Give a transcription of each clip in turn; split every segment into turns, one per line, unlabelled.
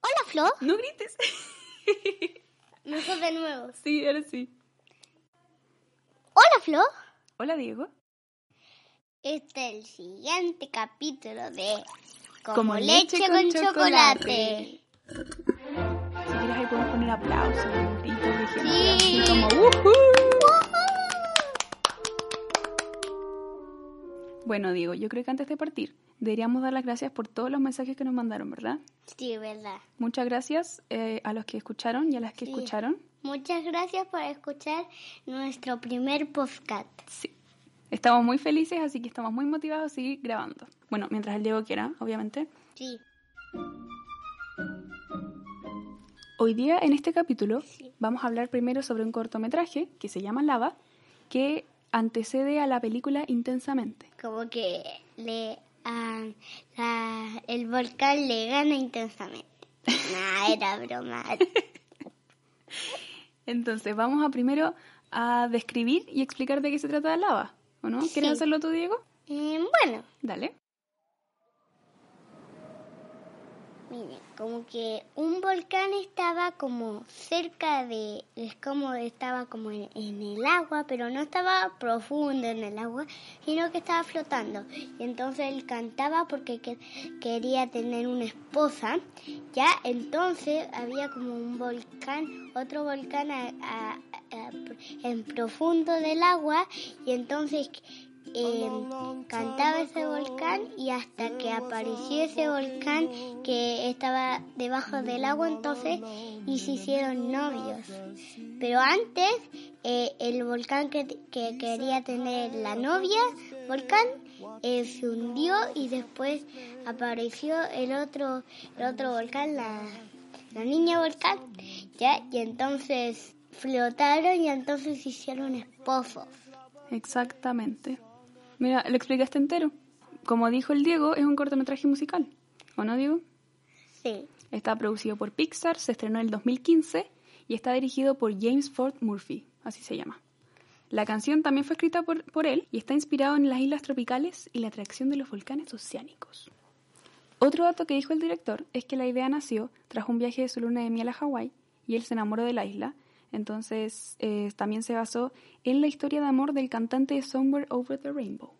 Hola, Flo.
No grites.
Mejor de nuevo.
Sí, ahora sí.
Hola, Flo.
Hola, Diego.
Este es el siguiente capítulo de Como, leche, con, chocolate.
Si quieres ahí podemos poner aplausos, gritos, de gente,
Sí.
así como "Woohoo". Bueno, Diego, yo creo que antes de partir deberíamos dar las gracias por todos los mensajes que nos mandaron, ¿verdad?
Sí, verdad.
Muchas gracias eh, a los que escucharon y a las que
Sí.
escucharon.
Muchas gracias por escuchar nuestro primer podcast.
Sí. Estamos muy felices, así que estamos muy motivados a seguir grabando. Bueno, mientras el Diego quiera, obviamente.
Sí,
Hoy día, en este capítulo, vamos a hablar primero sobre un cortometraje que se llama Lava, que antecede a la película Intensamente.
como que le ah, la- el volcán le gana intensamente. Nah, era broma.
Entonces, vamos a primero a describir y explicar de qué se trata Lava, ¿o no? ¿Quieres
Sí.
hacerlo tú, Diego?
Eh, bueno,
Dale.
Miren, como que un volcán estaba como cerca de, es como estaba como en, en el agua, pero no estaba profundo en el agua, sino que estaba flotando. Y entonces él cantaba porque que- quería tener una esposa. Ya entonces había como un volcán, otro volcán a- a- a- en profundo del agua, y entonces eh, cantaba ese volcán y hasta que apareció ese volcán que estaba debajo del agua entonces y se hicieron novios. Pero antes eh, el volcán que, que quería tener la novia, volcán, eh, se hundió y después apareció el otro, el otro volcán, la, la niña volcán, ya, y entonces flotaron y entonces se hicieron esposos.
Exactamente. Mira, lo explicaste entero. Como dijo el Diego, es un cortometraje musical, ¿o no, Diego?
Sí.
Está producido por Pixar, se estrenó en el 2015 y está dirigido por James Ford Murphy, así se llama. La canción también fue escrita por, por él y está inspirado en las islas tropicales y la atracción de los volcanes oceánicos. Otro dato que dijo el director es que la idea nació tras un viaje de su luna de miel a Hawái y él se enamoró de la isla, entonces eh, también se basó en la historia de amor del cantante de Somewhere Over the Rainbow,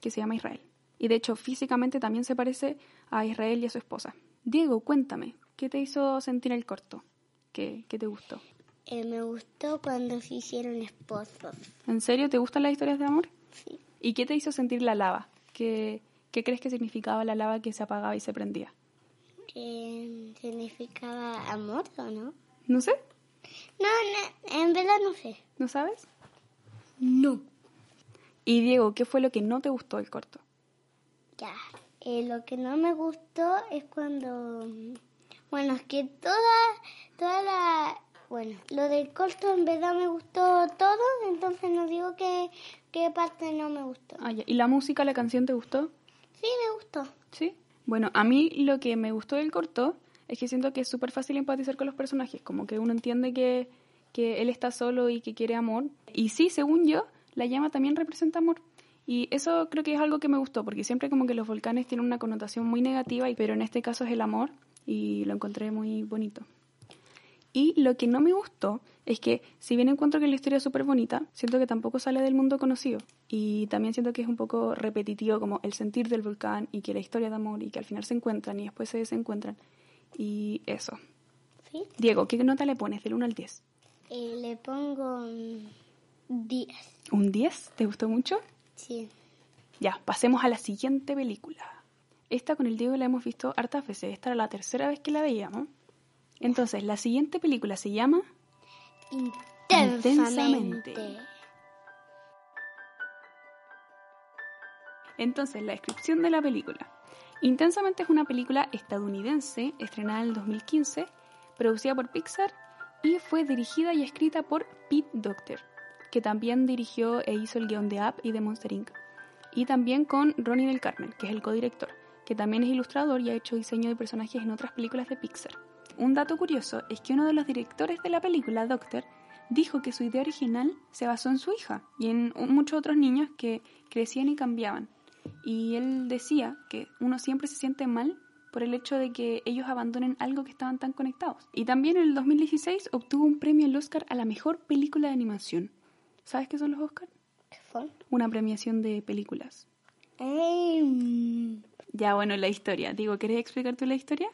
que se llama Israel. Y de hecho físicamente también se parece a Israel y a su esposa. Diego, cuéntame, ¿qué te hizo sentir el corto? ¿Qué, qué te gustó?
Eh, me gustó cuando se hicieron esposos.
¿En serio te gustan las historias de amor?
Sí.
¿Y qué te hizo sentir la lava? ¿Qué, qué crees que significaba la lava que se apagaba y se prendía?
Eh, ¿Significaba amor o no?
No sé,
No, no, en verdad no sé.
¿no sabes?
No.
Y Diego, ¿qué fue lo que no te gustó del corto?
Ya. Eh, lo que no me gustó es cuando... Bueno, es que toda, toda la... Bueno, lo del corto en verdad me gustó todo, entonces no digo que, qué parte no me gustó.
Ah, ya. ¿Y la música, la canción te gustó?
Sí, me gustó.
Sí. Bueno, a mí lo que me gustó del corto es que siento que es súper fácil empatizar con los personajes, como que uno entiende que, que él está solo y que quiere amor. Y sí, según yo, la llama también representa amor. Y eso creo que es algo que me gustó, porque siempre como que los volcanes tienen una connotación muy negativa, y- pero en este caso es el amor y lo encontré muy bonito. Y lo que no me gustó es que, si bien encuentro que la historia es súper bonita, siento que tampoco sale del mundo conocido. Y también siento que es un poco repetitivo, como el sentir del volcán y que la historia de amor y que al final se encuentran y después se desencuentran. Y eso.
Sí.
Diego, ¿qué nota le pones del 1 al 10?
Eh, le pongo mm, 10.
¿Un 10? ¿Te gustó mucho?
Sí.
Ya, pasemos a la siguiente película. Esta con el Diego la hemos visto hartas veces. Esta era la tercera vez que la veíamos. Entonces, la siguiente película se llama
Intensamente.
Intensamente. Entonces, la descripción de la película. Intensamente es una película estadounidense estrenada en el 2015, producida por Pixar y fue dirigida y escrita por Pete Docter, que también dirigió e hizo el guión de App y de Monster Inc. Y también con Ronnie del Carmen, que es el codirector, que también es ilustrador y ha hecho diseño de personajes en otras películas de Pixar. Un dato curioso es que uno de los directores de la película, Doctor, dijo que su idea original se basó en su hija y en muchos otros niños que crecían y cambiaban. Y él decía que uno siempre se siente mal por el hecho de que ellos abandonen algo que estaban tan conectados. Y también en el 2016 obtuvo un premio el Oscar a la mejor película de animación. ¿Sabes qué son los Oscars?
¿Qué fue?
Una premiación de películas.
Ay, mm,
Ya, bueno, la historia. Digo, ¿querés explicar tú la historia?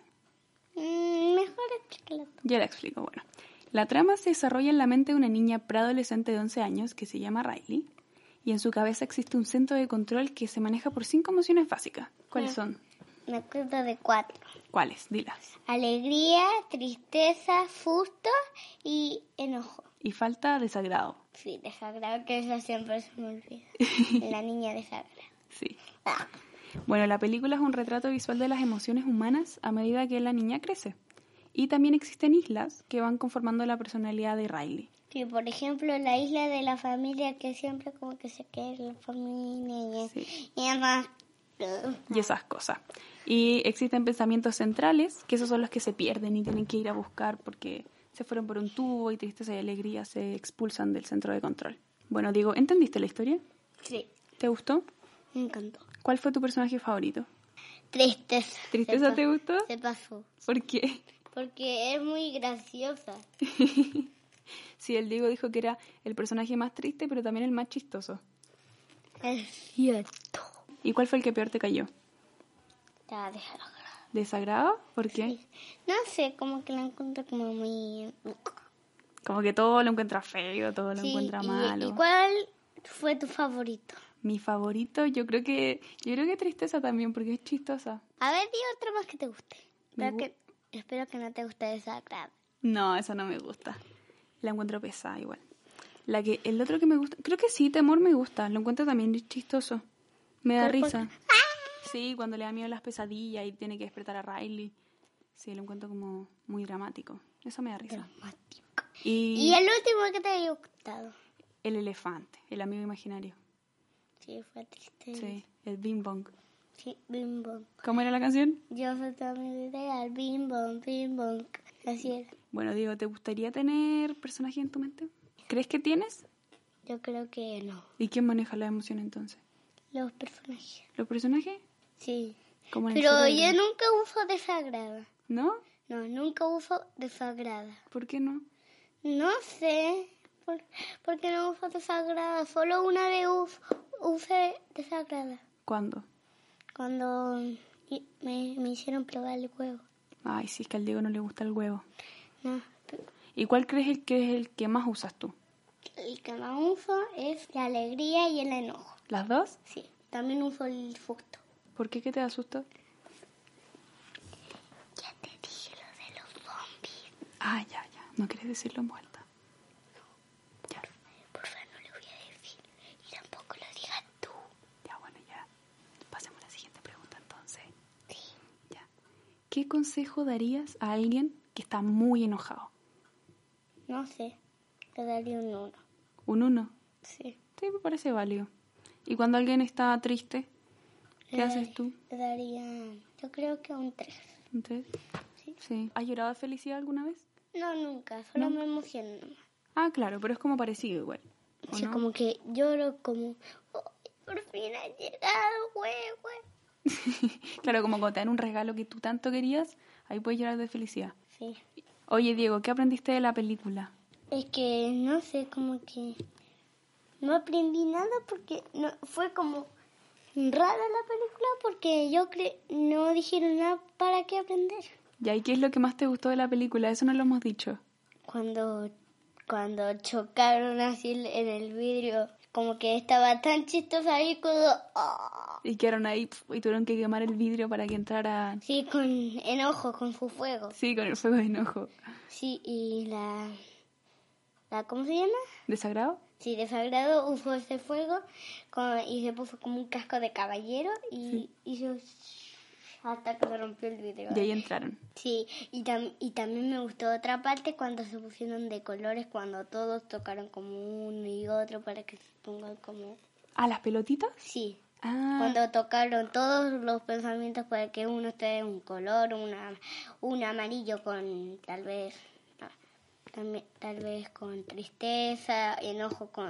mm, mejor explícalo tú.
Ya la explico, bueno. La trama se desarrolla en la mente de una niña preadolescente de 11 años que se llama Riley y en su cabeza existe un centro de control que se maneja por cinco emociones básicas. ¿Cuáles son?
Me acuerdo de cuatro.
¿Cuáles? Dilas.
Alegría, tristeza, fusto y enojo.
Y falta desagrado.
Sí, desagrado, que eso siempre se me olvida. La niña desagrada.
Sí.
Ah,
Bueno, la película es un retrato visual de las emociones humanas a medida que la niña crece. Y también existen islas que van conformando la personalidad de Riley.
Sí, por ejemplo, la isla de la familia que siempre como que se queda en la familia y,
Sí.
y uh, además...
y esas cosas. Y existen pensamientos centrales, que esos son los que se pierden y tienen que ir a buscar porque se fueron por un tubo y tristeza y alegría se expulsan del centro de control. Bueno, Diego, ¿entendiste la historia?
Sí,
¿Te gustó?
me encantó.
¿Cuál fue tu personaje favorito?
Tristeza.
¿Tristeza
Se
te
pa-
gustó?
Se pasó.
¿Por qué?
Porque es muy graciosa.
Sí, el Diego dijo que era el personaje más triste, pero también el más chistoso.
Es cierto.
¿Y cuál fue el que peor te cayó?
Ya, déjalo.
¿Desagrado? ¿Por qué?
No sé, como que la encuentro como muy...
Como que todo lo encuentra feo, todo lo
Sí,
encuentra
y-
malo.
¿Y cuál fue tu favorito?
Mi favorito, yo creo que yo creo que tristeza también porque es chistosa.
A ver, di otro más que te guste.
Me
Espero
gu-
que, espero que no te guste desagradable.
No, esa no me gusta. La encuentro pesada igual. La que el otro que me gusta, creo que sí, temor me gusta, lo encuentro también chistoso. Me da
Pero por-
risa. Sí, cuando le da miedo las pesadillas y tiene que despertar a Riley. Sí, lo encuentro como muy dramático. Eso me da risa.
Y
Y
el último que te haya gustado.
el elefante, el amigo imaginario.
Sí, fue triste.
Sí, el bing bong.
Sí, bim bom.
¿Cómo era la canción?
Yo fue toda mi vida al bim bom, bim bom. Así era.
Bueno, Diego, ¿te gustaría tener personajes en tu mente? ¿Crees que tienes?
Yo creo que no.
¿Y quién maneja la emoción entonces?
Los personajes.
¿Los personajes?
Sí.
Como en el
Pero
Super
yo
Mario.
nunca uso desagrada.
¿No?
No, nunca uso desagrada.
¿Por qué no?
No sé. ¿Por, por qué no uso desagrada? Solo una vez us- usé desagrada.
¿Cuándo?
Cuando y- me, me hicieron probar el huevo.
Ay, sí, es que al Diego no le gusta el huevo.
No,
¿Y cuál crees el que es el que más usas tú?
el que más uso es la alegría y el enojo.
¿Las dos?
Sí, también uso el fusto.
¿Por qué que te asusta?
Ya te dije lo de los zombies.
Ah, ya, ya. No quieres decirlo en vuelta. Ya,
Por favor, no le voy a decir. Y tampoco lo digas tú.
ya, bueno, ya. Pasemos a la siguiente pregunta entonces. Ya. ¿Qué consejo darías a alguien que está muy enojado?
No sé. Te daría un uno.
Un uno.
Sí.
Sí, me parece válido. ¿Y cuando alguien está triste? ¿Qué
Le
haces
daría-
tú?
Le daría, yo creo que un tres.
¿Un tres?
Sí.
¿Has llorado de felicidad alguna vez?
No, nunca. Solo me emociono nomás.
Ah, claro, pero es como parecido igual. ¿o
Sí,
no?
como que lloro como, "Oh, por fin ha llegado, güey, güey.
claro, como cuando te dan un regalo que tú tanto querías, ahí puedes llorar de felicidad.
Sí.
Oye, Diego, ¿qué aprendiste de la película?
Es que no sé, como que no aprendí nada porque no, fue como rara la película porque yo cre no dijeron nada para qué aprender.
¿Y ahí qué es lo que más te gustó de la película? Eso no lo hemos dicho.
Cuando, cuando chocaron así en el vidrio, como que estaba tan chistoso ahí como... "Ah".
Y quedaron ahí pf, y tuvieron que quemar el vidrio para que entrara...
Sí, con enojo, con su fuego.
Sí, con el fuego de enojo.
Sí, y la... la ¿Cómo se llama?
¿Desagrado?
Sí, desagrado usó ese fuego con- y se puso como un casco de caballero y hizo hasta que se rompió el vidrio.
Y ahí entraron.
Sí, y, tam- y también me gustó otra parte cuando se pusieron de colores, cuando todos tocaron como uno y otro para que se pongan como...
¿A las pelotitas?
Sí,
Ah,
cuando tocaron todos los pensamientos para que uno esté un color, una, un amarillo con tal vez, ah, también- tal vez con tristeza, enojo con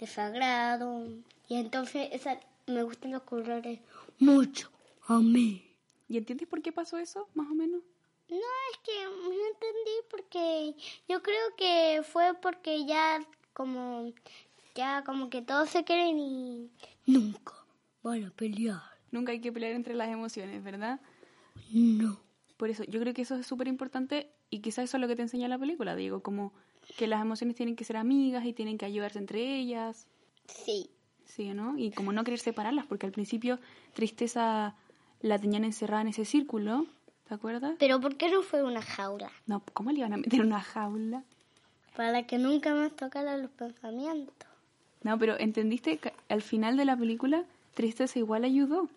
desagrado. Y entonces esa, me gustan los colores mucho a mí.
¿y entiendes por qué pasó eso, más o menos?
No, es que no entendí porque yo creo que fue porque ya como ya como que todos se quieren y nunca van a pelear.
Nunca hay que pelear entre las emociones, ¿verdad?
No.
Por eso, yo creo que eso es súper importante y quizás eso es lo que te enseña la película, Diego, como que las emociones tienen que ser amigas y tienen que ayudarse entre ellas,
Sí.
¿sí o no? Y como no querer separarlas, porque al principio tristeza la tenían encerrada en ese círculo, ¿te acuerdas?
Pero ¿por qué no fue una jaula?
No, ¿cómo le iban a meter en una jaula?
Para que nunca más tocaran los pensamientos.
No, pero ¿entendiste que al final de la película tristeza igual ayudó?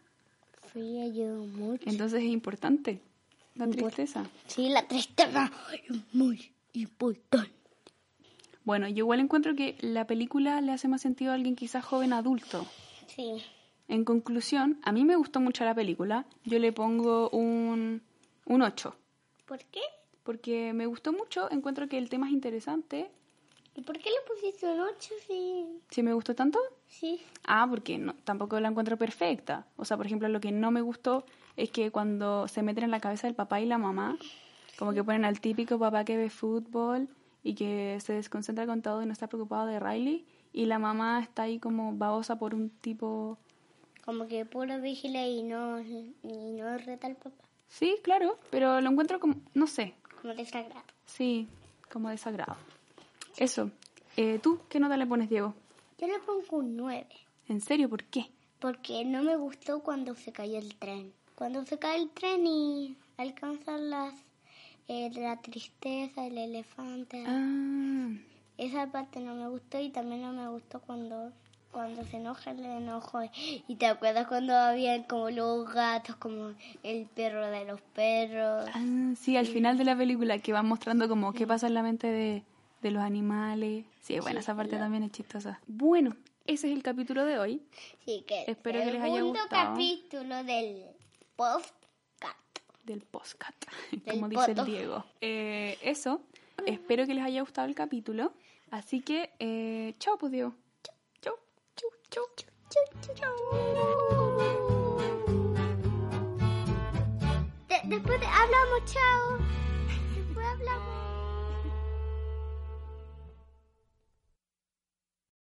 Sí, ayudó mucho.
Entonces es importante la tristeza.
Sí, la tristeza es muy importante.
Bueno, yo igual encuentro que la película le hace más sentido a alguien quizás joven adulto.
Sí.
En conclusión, a mí me gustó mucho la película. Yo le pongo un, un 8.
¿Por qué?
Porque me gustó mucho, encuentro que el tema es interesante.
¿Y por qué le pusiste un 8 si...
¿Sí me gustó tanto?
Sí.
Ah, porque no, tampoco la encuentro perfecta. O sea, por ejemplo, lo que no me gustó es que cuando se meten en la cabeza del papá y la mamá, como que ponen al típico papá que ve fútbol y que se desconcentra con todo y no está preocupado de Riley, y la mamá está ahí como babosa por un tipo...
Como que puro vigila y no, y no reta al papá.
Sí, claro, pero lo encuentro como... no sé,
Como desagrado.
Sí, como desagrado. Eso. Eh, ¿Tú qué nota le pones, Diego?
Yo le pongo un 9.
¿En serio? ¿Por qué?
Porque no me gustó cuando se cayó el tren. Cuando se cae el tren y alcanzan las, eh, la tristeza, el elefante.
Ah,
Esa parte no me gustó y también no me gustó cuando, cuando se enoja el enojo. Y te acuerdas cuando había como los gatos, como el perro de los perros.
ah, sí, al final de la película que van mostrando como qué pasa en la mente de, de los animales. Sí, bueno, esa parte también es chistosa. Bueno, ese es el capítulo de hoy.
Así que
Espero que les haya
segundo
gustado.
capítulo del podcast.
del podcast,
Del
como dice el
poto.
Diego. Eh, eso, espero que les haya gustado el capítulo. Así que, eh, chao, pues Diego. Chao, chao, chao, chao, chao.
De- después hablamos, chao.